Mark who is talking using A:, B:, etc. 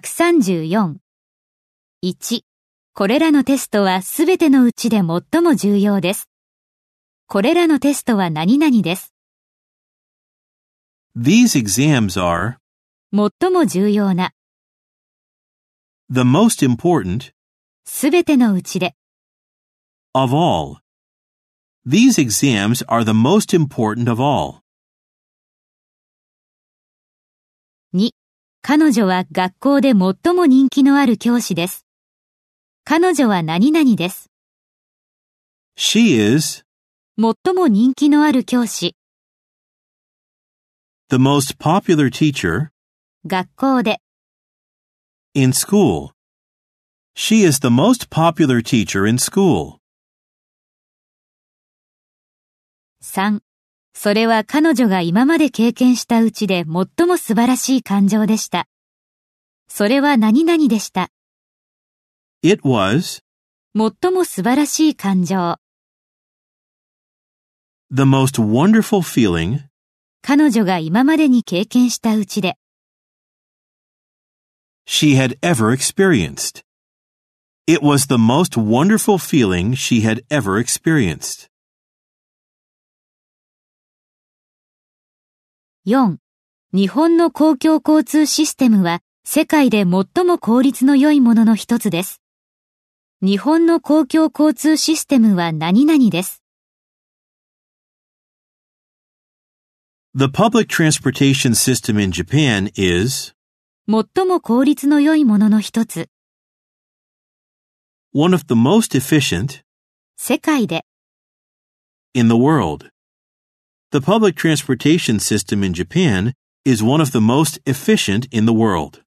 A: 134。1. これらのテストはすべてのうちで最も重要です。これらのテストは何々です。
B: These exams are
A: 最も重要な、
B: the most important
A: すべてのうちで、
B: of all. These exams are the most important of all.
A: 彼女は学校で最も人気のある教師です。彼女は何々です。
B: She is
A: 最も人気のある教師、
B: the most popular teacher
A: 学校で、
B: in school. She is the most popular teacher in school.
A: 3. それは彼女が今まで経験したうちで最も素晴らしい感情でした。それは何々でした。
B: It was
A: 最も素晴らしい感情。
B: the most wonderful feeling
A: 彼女が今までに経験したうちで、
B: she had ever experienced. It was the most wonderful feeling she had ever experienced.
A: 4. 日本の公共交通システムは世界で最も効率の良いものの一つです。日本の公共交通システムは何々です。
B: The public transportation system in Japan is
A: 最も効率の良いものの一つ、
B: one of the most efficient
A: 世界で、
B: in the world. The public transportation system in Japan is one of the most efficient in the world.